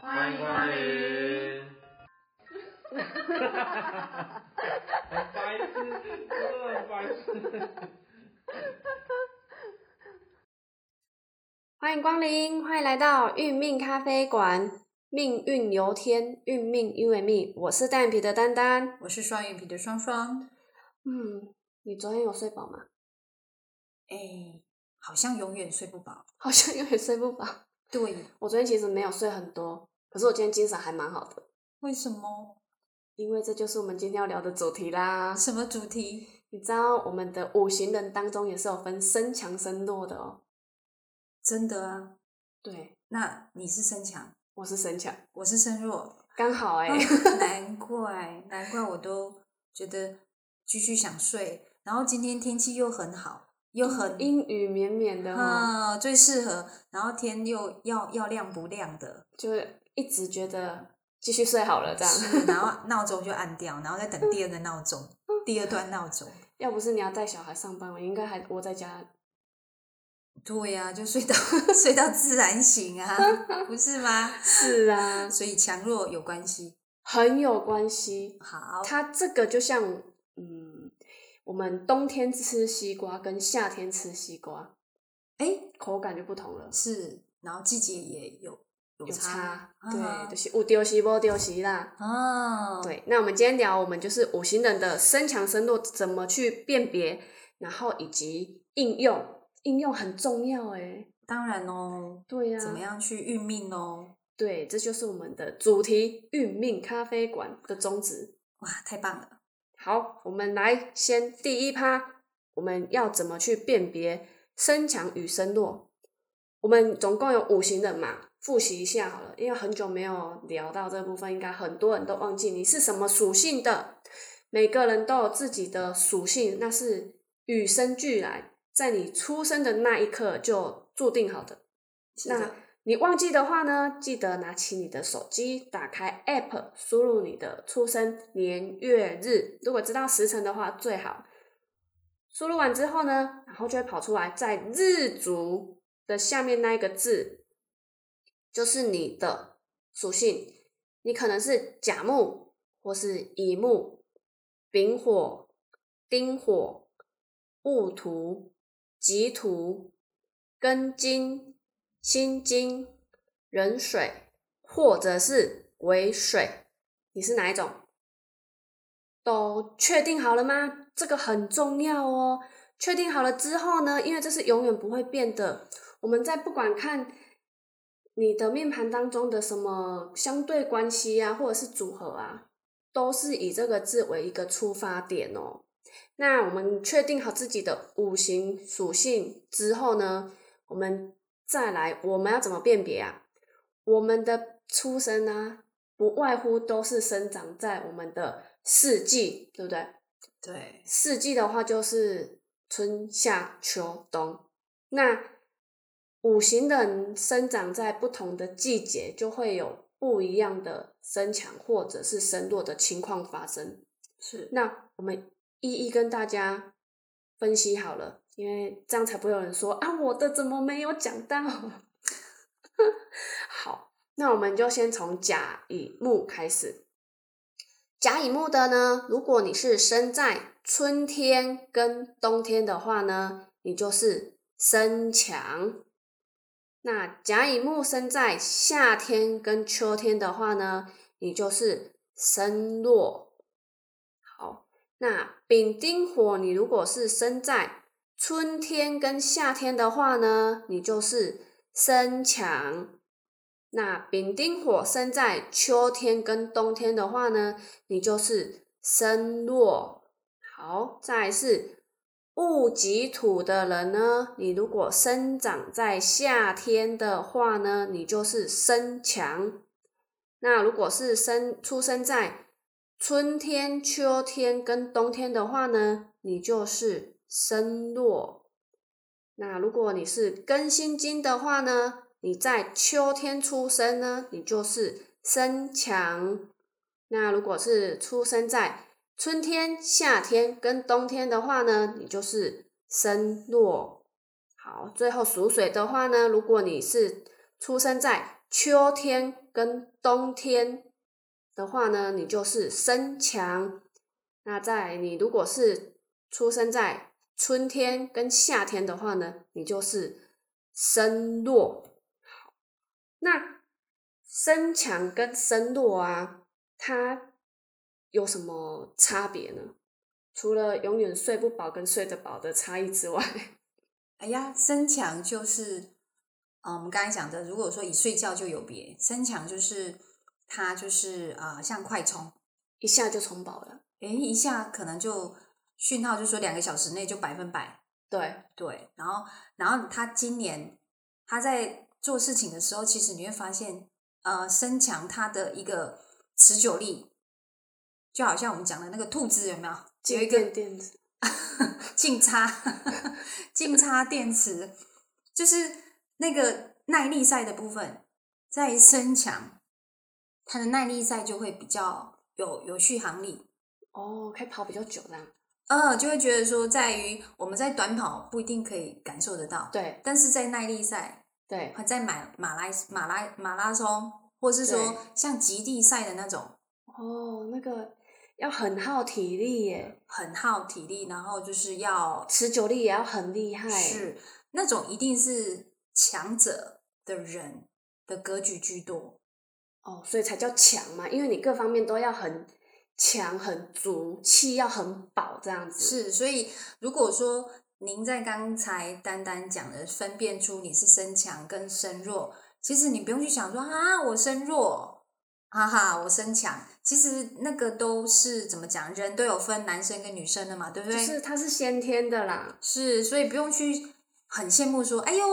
欢迎光临。很白痴，真的很白痴。欢迎光临，欢迎来到运命咖啡馆。命运由天，运命由命。我是单眼皮的丹丹。我是双眼皮的双双。嗯，你昨天有睡饱吗？ 哎、好像永远睡不饱。好像有点睡不饱。对，我昨天其实没有睡很多，可是我今天精神还蛮好的，为什么？因为这就是我们今天要聊的主题啦。什么主题？你知道我们的五行人当中也是有分身强身弱的哦。真的啊？对，那你是身强，我是身强，我是身弱。刚好哎、啊 难怪，难怪我都觉得继续想睡。然后今天天气又很好，又很阴雨绵绵的哦，啊，最适合。然后天又要要亮不亮的，就一直觉得继续睡好了这样。是然后闹钟就按掉，然后再等第二个闹钟，第二段闹钟。要不是你要带小孩上班，我应该还窝在家。对呀、就睡到 睡到自然醒啊，不是吗？是啊，所以强弱有关系。很有关系。好，它这个就像，嗯，我们冬天吃西瓜跟夏天吃西瓜，哎、口感就不同了。是，然后季节也有有有差，啊对，就是有丢西无丢西啦。哦，，对，那我们今天聊，我们就是五行人的身强身弱怎么去辨别，然后以及应用，应用很重要哎。当然哦，对呀、怎么？样去运命哦？对，这就是我们的主题运命咖啡馆的宗旨。哇，太棒了！好，我们来先第一趴，我们要怎么去辨别身强与身弱？我们总共有五行人嘛，复习一下好了，因为很久没有聊到这部分，应该很多人都忘记你是什么属性的。每个人都有自己的属性，那是与生俱来，在你出生的那一刻就注定好的。是那的，你忘记的话呢，记得拿起你的手机，打开 App，输入你的出生年月日。如果知道时辰的话，最好。输入完之后呢，然后就会跑出来，在日族的下面那一个字，就是你的属性。你可能是甲木，或是乙木、丙火、丁火、戊土、己土、庚金、辛金、壬水，或者是癸水，你是哪一种？都确定好了吗？这个很重要哦。确定好了之后呢，因为这是永远不会变的。我们在不管看你的命盘当中的什么相对关系啊，或者是组合啊，都是以这个字为一个出发点哦。那我们确定好自己的五行属性之后呢，我们再来，我们要怎么辨别啊？我们的出生啊，不外乎都是生长在我们的四季，对不对？对，四季的话就是春夏秋冬。那五行人生长在不同的季节，就会有不一样的生强或者是生弱的情况发生。是那我们一一跟大家分析好了，因为这样才不会有人说啊，我的怎么没有讲到？ 好，那我们就先从甲乙木开始。甲乙木的呢，如果你是生在春天跟冬天的话呢，你就是生强。那甲乙木生在夏天跟秋天的话呢，你就是生弱。好，那丙丁火，你如果是生在春天跟夏天的话呢，你就是生强。那丙丁火生在秋天跟冬天的话呢，你就是生弱。好，再来是戊己土的人呢，你如果生长在夏天的话呢，你就是生强。那如果是生出生在春天、秋天跟冬天的话呢，你就是生弱。那如果你是庚辛金的话呢，你在秋天出生呢，你就是生强。那如果是出生在春天、夏天跟冬天的话呢，你就是生弱。好，最后属水的话呢，如果你是出生在秋天跟冬天的话呢，你就是身强。那在你如果是出生在春天跟夏天的话呢，你就是身弱。那身强跟身弱啊，它有什么差别呢？除了永远睡不饱跟睡得饱的差异之外， 哎呀，身强就是，嗯，我们刚才讲的，如果说以睡觉就有别，身强就是它就是啊、呃像快充，一下就充饱了。诶，一下可能就讯号就说两个小时内就百分百，对，对，然后然后他今年他在做事情的时候，其实你会发现，呃，身强他的一个持久力，就好像我们讲的那个兔子有没有？有静一个电电子， 净插 净插电池，就是那个耐力赛的部分，在身强，它的耐力赛就会比较有有续航力。哦，可以跑比较久这样。呃，就会觉得说，在于我们在短跑不一定可以感受得到，对但是在耐力赛，对，呃在马马拉马拉马拉松，或是说对像极地赛的那种，哦，那个要很耗体力耶，很耗体力，然后就是要持久力也要很厉害。，是那种一定是强者的人的格局居多。哦，所以才叫强嘛，因为你各方面都要很强、很足，气要很饱这样子。是，所以如果说您在刚才单单讲的分辨出你是身强跟身弱，其实你不用去想说啊，我身弱，哈哈，我身强。其实那个都是怎么讲，人都有分男生跟女生的嘛，对不就对？是它是先天的啦，是，所以不用去很羡慕说，哎呦，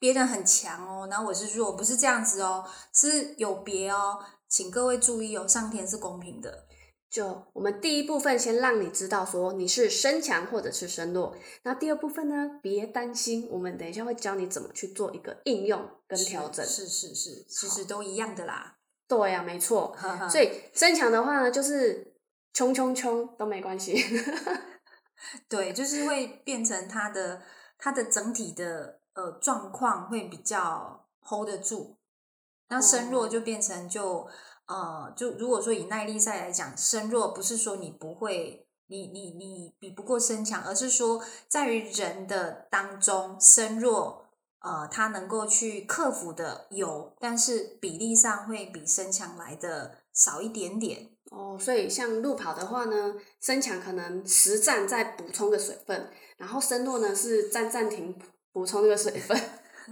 别人很强哦，然后我是弱，不是这样子哦，是有别哦，请各位注意哦，上天是公平的。就我们第一部分先让你知道说你是身强或者是身弱，那第二部分呢，别担心，我们等一下会教你怎么去做一个应用跟调整。是是是，其实都一样的啦。对呀、没错。哈哈所以身强的话呢，就是冲冲冲都没关系。对，就是会变成他的他的整体的呃状况会比较 hold 得住，那身弱哦就变成就呃就如果说以耐力赛来讲，身弱不是说你不会，你你你比不过身强，而是说在于人的当中身弱。呃，他能够去克服的有，但是比例上会比身强来的少一点点。哦，所以像路跑的话呢，身强可能实战再补充个水分，然后身弱呢是站暂停补充这个水分。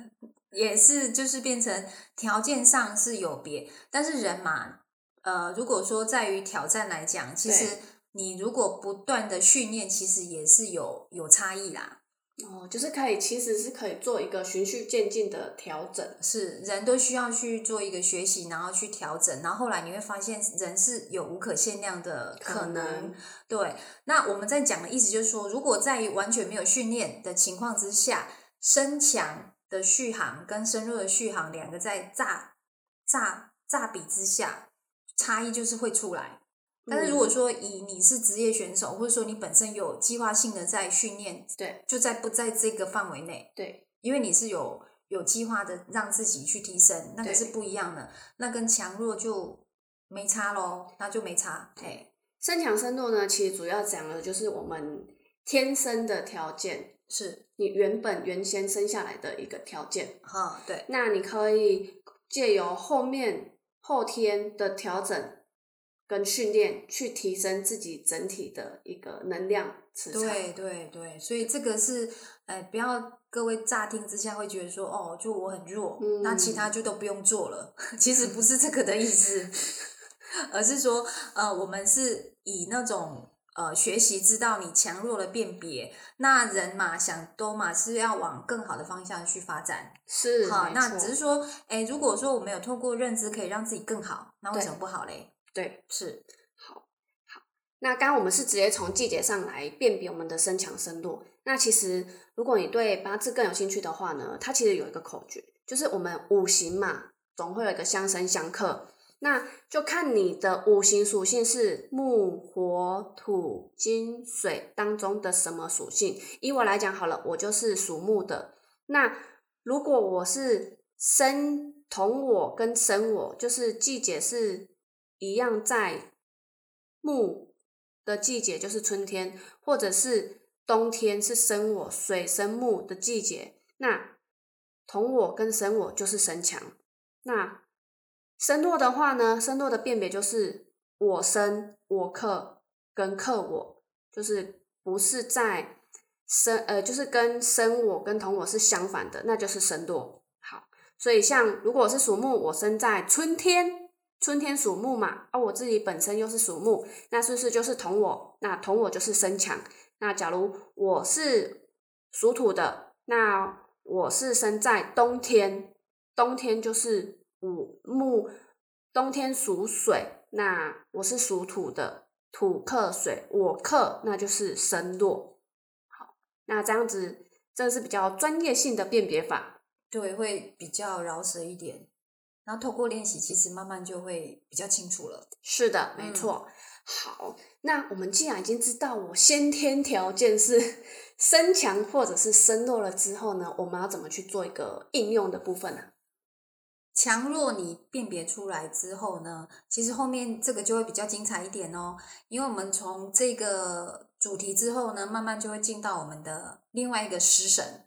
也是就是变成条件上是有别，但是人嘛，呃，如果说在于挑战来讲，其实对你如果不断的训练，其实也是有有差异啦。哦，就是可以，其实是可以做一个循序渐进的调整。是人都需要去做一个学习，然后去调整，然后后来你会发现人是有无可限量的可能。对，那我们在讲的意思就是说，如果在于完全没有训练的情况之下，身强的续航跟深入的续航两个在乍乍乍比之下，差异就是会出来。但是如果嗯说以你是职业选手，或者说你本身有计划性的在训练，对就在不在这个范围内，对因为你是有有计划的让自己去提升，那个对是不一样的，那跟强弱就没差喽，那就没差。哎，身强身弱呢，其实主要讲的就是我们天生的条件，是你原本原先生下来的一个条件。哈，对，那你可以借由后面后天的调整跟训练，去提升自己整体的一个能量磁场。对对对，所以这个是，哎，不要各位乍听之下会觉得说，哦，就我很弱，那其嗯他就都不用做了。 其实不是这个的意 思，而是说，呃，我们是以那种呃学习知道你强弱的辨别，那人嘛想都嘛是要往更好的方向去发展。是好，没那错只是说，哎，如果说我们有透过认知可以让自己更好，那为对什么不好嘞？对。是那刚刚我们是直接从季节上来辨别我们的身强身弱。那其实如果你对八字更有兴趣的话呢，它其实有一个口诀，就是我们五行嘛，总会有一个相生相克。那就看你的五行属性是木、火、土、金、水当中的什么属性。以我来讲好了，我就是属木的。那如果我是生同我跟生我，就是季节是一样在木的季节，就是春天，或者是冬天是生我水生木的季节。那同我跟生我就是生强。那生弱的话呢，生弱的辨别就是我生、我克跟克我，就是不是在生呃，就是跟生我跟同我是相反的，那就是生弱。好，所以像如果我是属木，我生在春天，春天属木嘛，啊，我自己本身又是属木，那是不是就是同我？那同我就是生强。那假如我是属土的，那我是生在冬天，冬天就是五木，冬天属水，那我是属土的，土克水，我克，那就是生弱。好，那这样子，这是比较专业性的辨别法。对，会比较饶舌一点。然后透过练习，其实慢慢就会比较清楚了。是的，没错。好，那我们既然已经知道我先天条件是 生强或者是生弱了之后呢，我们要怎么去做一个应用的部分呢、强弱你辨别出来之后呢，其实后面这个就会比较精彩一点哦，因为我们从这个主题之后呢，慢慢就会进到我们的另外一个食神，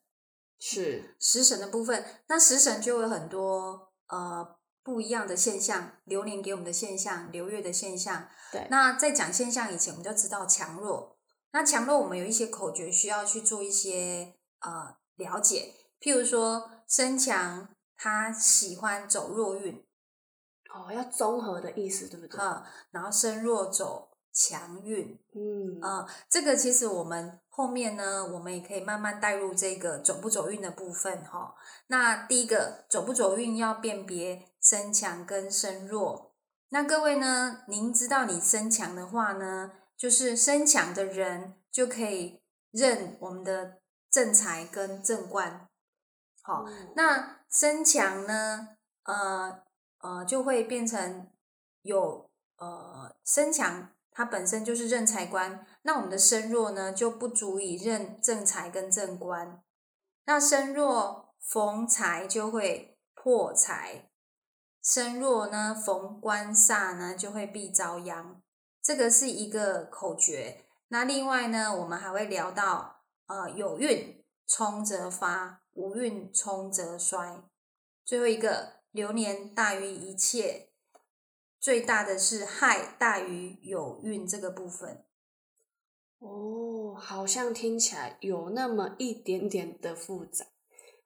是食神的部分。那食神就有很多呃不一样的现象，流年给我们的现象，流月的现象。对，那在讲现象以前，我们就知道强弱。那强弱我们有一些口诀需要去做一些呃了解，譬如说身强，他喜欢走弱运，哦，要综合的意思，对不对？呃，然后身弱走强运，嗯，呃，这个其实我们后面呢，我们也可以慢慢带入这个走不走运的部分哈、那第一个走不走运要辨别身强跟身弱。那各位呢，您知道你身强的话呢，就是身强的人就可以认我们的正财跟正官。好、嗯那身强呢，呃呃，就会变成有呃身强，它本身就是认财官。那我们的身弱呢，就不足以认正财跟正官。那身弱逢财就会破财，身弱呢逢官煞呢就会必遭殃。这个是一个口诀。那另外呢，我们还会聊到呃有运冲则发，无运冲则衰。最后一个流年大于一切，最大的是亥大于有运这个部分。哦，好像听起来有那么一点点的复杂。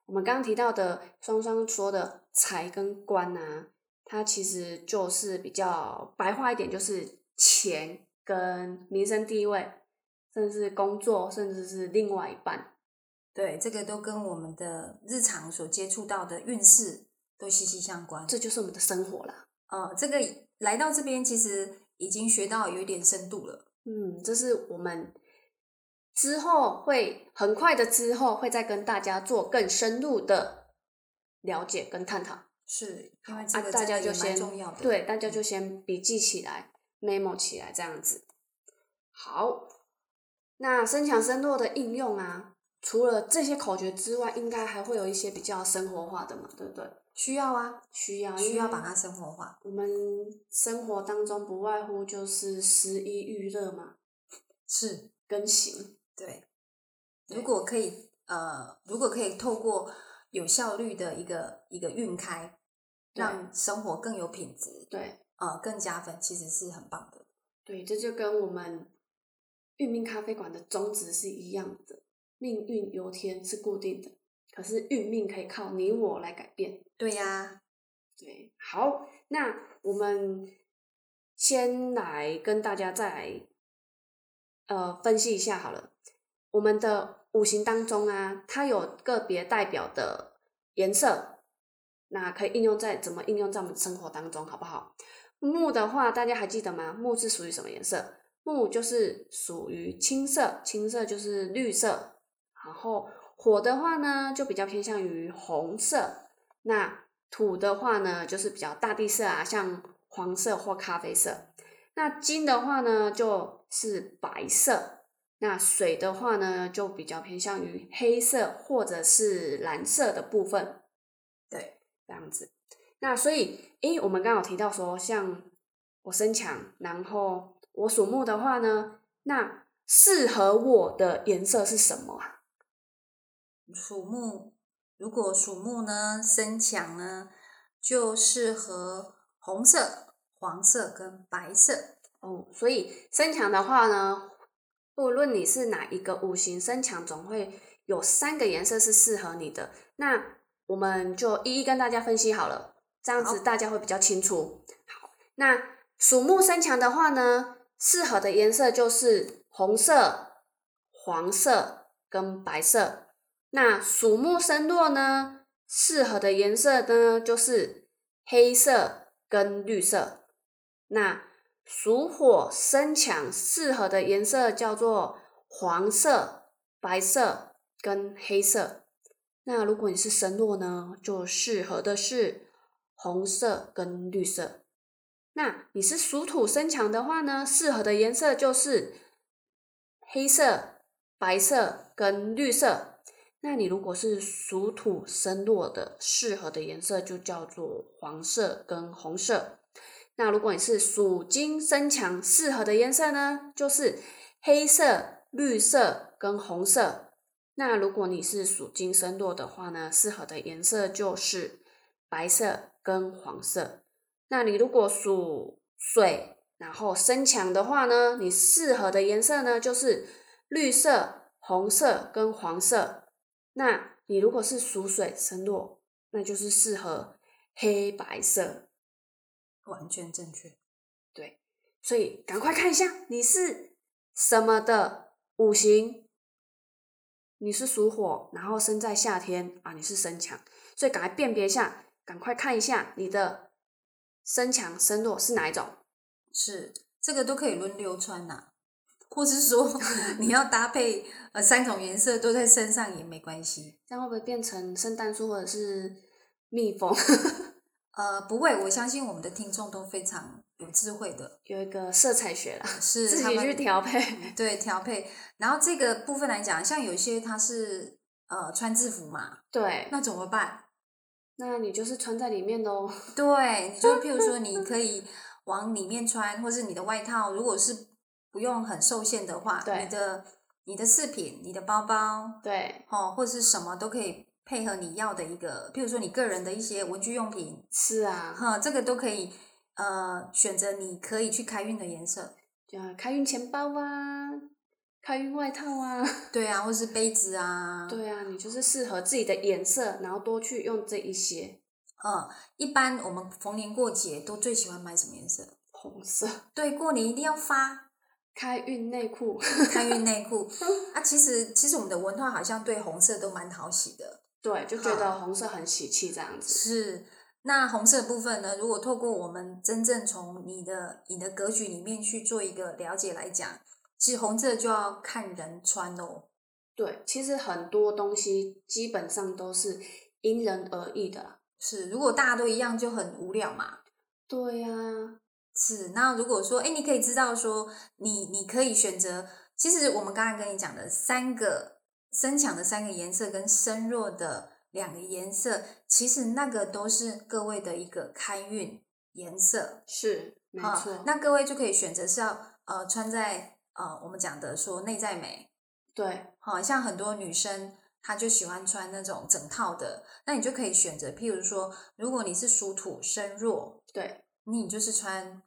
我们刚刚提到的双双说的财跟官啊，它其实就是比较白话一点，就是钱跟民生地位，甚至工作，甚至是另外一半。对，这个都跟我们的日常所接触到的运势都息息相关。这就是我们的生活啦。呃，这个来到这边其实已经学到有一点深度了。嗯，这是我们之后会很快的，之后会再跟大家做更深入的了解跟探讨。是因为这啊，个大真家的就也蛮先重要的。嗯对，大家就先笔记起来，memo 起来，这样子。好，那身强身弱的应用啊，除了这些口诀之外，应该还会有一些比较生活化的嘛，对不对？需要啊，需要需要把吧。它生活化。我们生活当中不外乎就是食衣娱乐嘛，是，跟行。对。对如果可以，呃，如果可以透过有效率的一个一个运开，对让生活更有品质，对呃，更加分，其实是很棒的。对，这就跟我们运命咖啡馆的宗旨是一样的，命运由天是固定的，可是运命可以靠你我来改变。对呀、对，好，那我们先来跟大家再来呃分析一下好了。我们的五行当中啊，它有个别代表的颜色，那可以应用在怎么应用在我们生活当中，好不好？木的话，大家还记得吗？木是属于什么颜色？木就是属于青色，青色就是绿色。然后火的话呢，就比较偏向于红色。那土的话呢，就是比较大地色啊，像黄色或咖啡色。那金的话呢，就是白色。那水的话呢，就比较偏向于黑色或者是蓝色的部分。对，这样子。那所以，诶，我们刚好提到说，像我身强，然后我属木的话呢，那适合我的颜色是什么啊？属木，如果属木呢身强呢，就适合红色、黄色跟白色。哦，所以身强的话呢，不论你是哪一个五行，身强总会有三个颜色是适合你的。那我们就一一跟大家分析好了，这样子大家会比较清楚。好，那属木身强的话呢，适合的颜色就是红色、黄色跟白色。那属木身弱呢，适合的颜色呢就是黑色跟绿色。那属火身强，适合的颜色叫做黄色、白色跟黑色。那如果你是身弱呢，就适合的是红色跟绿色。那你是属土身强的话呢，适合的颜色就是黑色、白色跟绿色。那你如果是属土生弱的，适合的颜色就叫做黄色跟红色。那如果你是属金生强，适合的颜色呢，就是黑色、绿色跟红色。那如果你是属金生弱的话呢，适合的颜色就是白色跟黄色。那你如果属水，然后生强的话呢，你适合的颜色呢就是绿色、红色跟黄色。那你如果是属水生弱，那就是适合黑白色，完全正确。对，所以赶快看一下你是什么的五行。你是属火，然后生在夏天啊，你是身强，所以赶快辨别一下，赶快看一下你的身强身弱是哪一种。是，这个都可以轮流穿呐、或是说 你要搭配呃三种颜色都在身上也没关系。这样会不会变成圣诞树或者是蜜蜂？ 呃，不会，我相信我们的听众都非常有智慧的，有一个色彩学啦，是自他己们去 调配。对调配。然后这个部分来讲，像有些他是呃穿制服嘛，对，那怎么办？那你就是穿在里面喽。对，你就譬如说，你可以往里面穿，或是你的外套，如果是不用很受限的话，对你的你的饰品、你的包包，对，哦，或是什么都可以配合你要的一个，譬如说你个人的一些文具用品，是啊，哈，这个都可以，呃，选择你可以去开运的颜色，啊，开运钱包啊，开运外套啊，对啊，或是杯子啊，，对啊，你就是适合自己的颜色，然后多去用这一些嗯，一般我们逢年过节都最喜欢买什么颜色？红色对，过年一定要发开运内裤， 开运内裤啊。其实其实我们的文化好像对红色都蛮讨喜的，对，就觉得好红色很喜气这样子。是，那红色的部分呢？如果透过我们真正从你的你的格局里面去做一个了解来讲，其实红色就要看人穿咯。对，其实很多东西基本上都是因人而异的啦。是，如果大家都一样就很无聊嘛。对啊呀、是，那如果说，哎，你可以知道说，你你可以选择，其实我们刚才跟你讲的三个深强的三个颜色跟深弱的两个颜色，其实那个都是各位的一个开运颜色。是没啊，错。那各位就可以选择是要呃穿在呃我们讲的说内在美，对好、像很多女生她就喜欢穿那种整套的，那你就可以选择，譬如说，如果你是属土身弱，对，你就是穿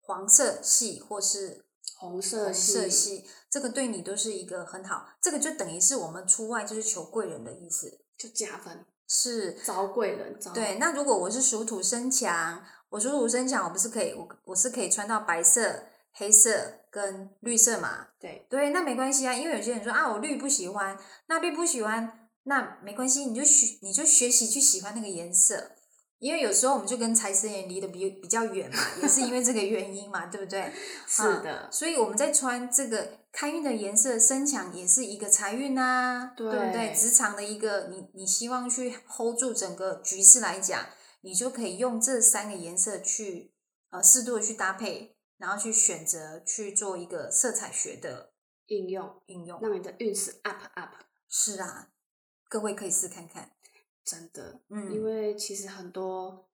黄色系或是红色红系，色系，这个对你都是一个很好，这个就等于是我们出外就是求贵人的意思，就加分，是招贵人，招对，那如果我是属土生强，我属土生强，我不是可以，我我是可以穿到白色、黑色跟绿色嘛？对对，那没关系啊，因为有些人说啊，我绿不喜欢，那绿不喜欢，那没关系，你就学你就学习去喜欢那个颜色，因为有时候我们就跟财神爷离得比比较远嘛，也是因为这个原因嘛，对不对？嗯是的，所以我们在穿这个开运的颜色，身强也是一个财运啊，对不对？职场的一个你你希望去 hold 住整个局势来讲，你就可以用这三个颜色去呃适度的去搭配，然后去选择去做一个色彩学的应用应用。让你的运势 up up。是啊，各位可以试看看。真的，嗯因为其实很多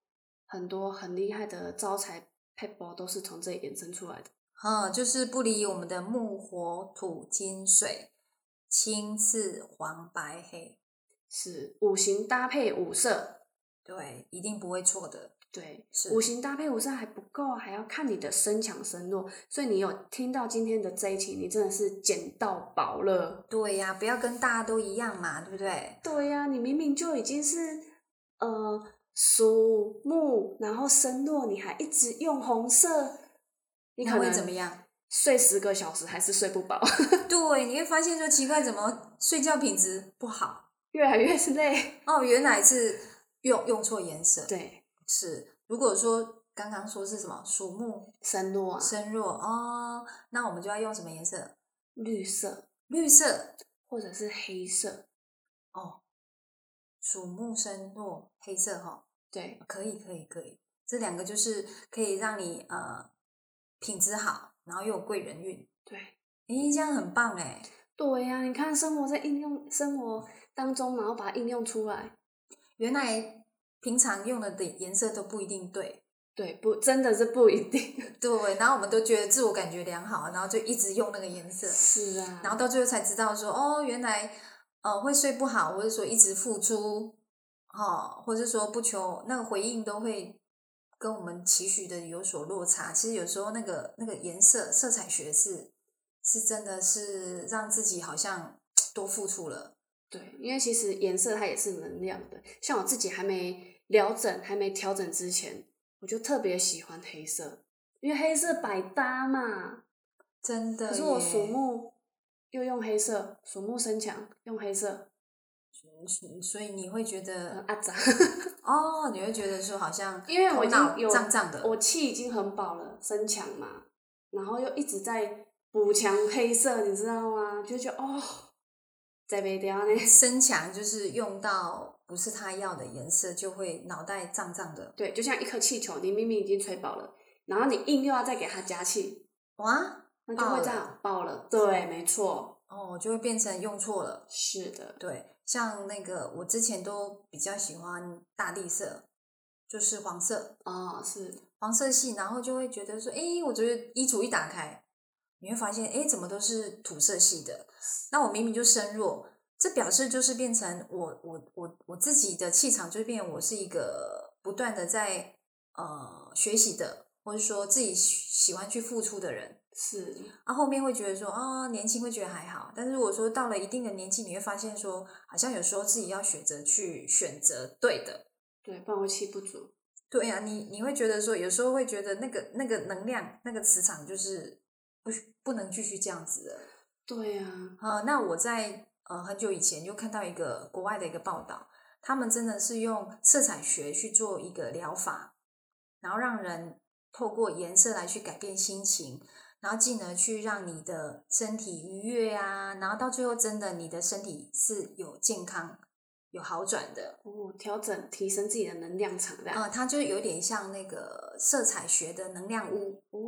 很多很厉害的招财 p e p l 都是从这里衍生出来的。嗯，就是不离我们的木、火、土、金、水，青、赤、黄、白、黑，是五行搭配五色，对，一定不会错的。对，是五行搭配五色还不够，啊还要看你的身强身弱。所以你有听到今天的这一期，你真的是捡到宝了。对呀、不要跟大家都一样嘛，对不对？对呀、你明明就已经是呃属木，然后身弱，你还一直用红色，你那可会能怎么样？ 睡十个小时还是睡不饱， 对，你会发现说奇怪，怎么睡觉品质不好？越来越累。哦，原来是用用错颜色。，对，是。如果说刚刚说是什么属木身弱啊，身弱哦，那我们就要用什么颜色？绿色绿色或者是黑色，哦，属木身弱，黑色哈、对，可以，可以，可以，这两个就是可以让你呃品质好，然后又有贵人运，对。诶，这样很棒诶。对呀、你看生活在应用生活当中，然后把它应用出来，原来平常用的的颜色都不一定对，对不？真的是不一定。对，然后我们都觉得自我感觉良好，然后就一直用那个颜 色，是啊然后到最后才知道说，哦，原来呃会睡不好，或者说一直付出，哦，或者说不求那个回应都会跟我们期许的有所落差。其实有时候那个那个颜色色彩学是是真的是让自己好像多付出了，对，因为其实颜色它也是能量的。像我自己还没疗整、还没调整之前，我就特别喜欢黑色，因为黑色百搭嘛。真的耶。可是我属木又用黑色，属木生强用黑色，嗯，所以你会觉很得阿杂。 哦，你会觉得说好像嗯因为我头已脑经有胀胀的，我气已经很饱了，身强嘛，然后又一直在补强黑色，你知道吗？就觉得哦，在被掉呢。 身强就是用到不是他要的颜色，就会脑袋胀胀的。对，就像一颗气球，你明明已经吹饱了，然后你硬又要再给它加气，哇，那就会这样爆了。对，没错，哦，就会变成用错了。是的，对，像那个我之前都比较喜欢大地色，就是黄色，哦，是，黄色系，然后就会觉得说，诶，我觉得衣橱一打开，你会发现，诶，怎么都是土色系的？那我明明就身弱，这表示就是变成我我我我自己的气场就变，我是一个不断的在呃学习的，或者说自己喜喜欢去付出的人。是，啊，后面会觉得说，啊、年轻会觉得还好，但是如果说到了一定的年纪，你会发现说，好像有时候自己要选择去选择对的，对，不然会气不足。对呀、你你会觉得说，有时候会觉得那个那个能量、那个磁场就是不不能继续这样子了。对啊呀、呃，那我在呃很久以前就看到一个国外的一个报道，他们真的是用色彩学去做一个疗法，然后让人透过颜色来去改变心情，然后进而去让你的身体愉悦啊，然后到最后真的你的身体是有健康、有好转的。哦，调整提升自己的能量场这样。呃，它就有点像那个色彩学的能量屋，哦，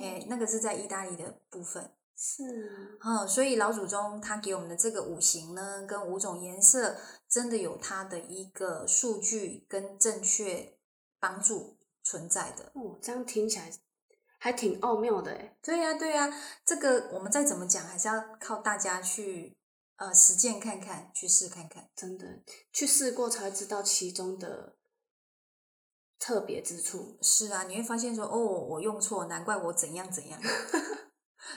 哎，那个是在意大利的部分。是啊，嗯，所以老祖宗他给我们的这个五行呢，跟五种颜色，真的有它的一个数据跟正确帮助存在的。哦，这样听起来还挺奥妙的欸诶。对呀、对呀、这个我们再怎么讲，还是要靠大家去呃实践看看，去试看看。真的去试过才会知道其中的特别之处。是啊，你会发现说，哦，我用错，难怪我怎样怎 样。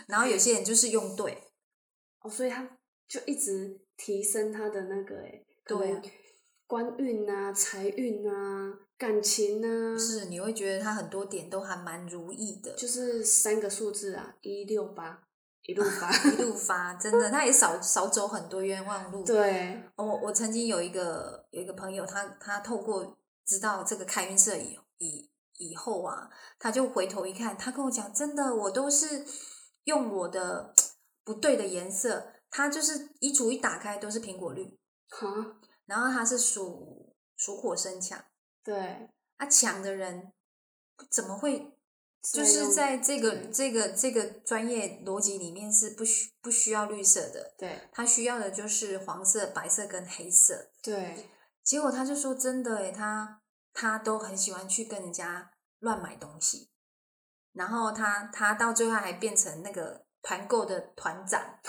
然后有些人就是用对，哦，所以他就一直提升他的那个、欸，可对能啊官运啊、财运啊、感情啊，是你会觉得他很多点都还蛮如意的，就是三个数字啊，一六八一路发。一路发，真的，他也少少走很多冤枉路。对，我我曾经有一个有一个朋友，他他透过知道这个开运社以以以后啊，他就回头一看，他跟我讲，真的，我都是用我的不对的颜色，他就是衣橱一打开都是苹果绿，哈，然后他是属属火生强，对，啊，强的人怎么会？就在是用在这个对这个这个专业逻辑里面是不需不需要绿色的，对他需要的就是黄色、白色跟黑色。对，结果他就说真的诶，欸他他都很喜欢去跟人家乱买东西，然后他他到最后还变成那个团购的团长，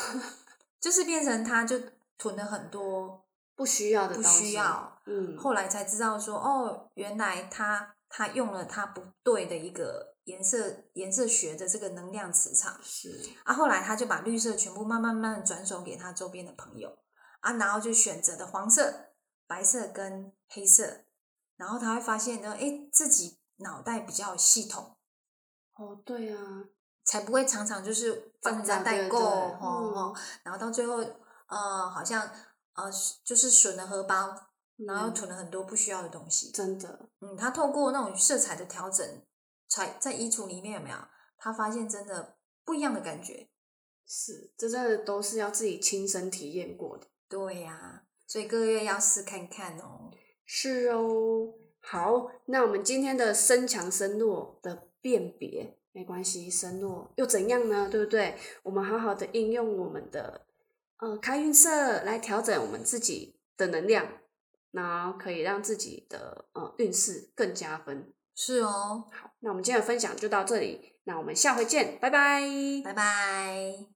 就是变成他就囤了很多，不需要的不东西，需要，嗯，后来才知道说哦，原来他他用了他不对的一个颜色颜色学的这个能量磁场。是啊，后来他就把绿色全部慢慢慢慢转手给他周边的朋友啊，然后就选择了黄色、白色跟黑色，然后他会发现呢，诶，自己脑袋比较有系统，哦，对啊，才不会常常就是帮人家放大代对购对哦嗯哦，然后到最后呃，好像呃就是损了荷包，然后又嗯囤了很多不需要的东西。真的嗯，他透过那种色彩的调整，才在衣橱里面有没有？他发现真的不一样的感觉。是，这真的都是要自己亲身体验过的。对呀、所以各位要试看看哦。是哦，好，那我们今天的身强身弱的辨别没关系，身弱又怎样呢？对不对？我们好好的应用我们的呃开运色来调整我们自己的能量，然后可以让自己的呃运势更加分。是哦，好，那我们今天的分享就到这里，那我们下回见，拜拜。拜拜。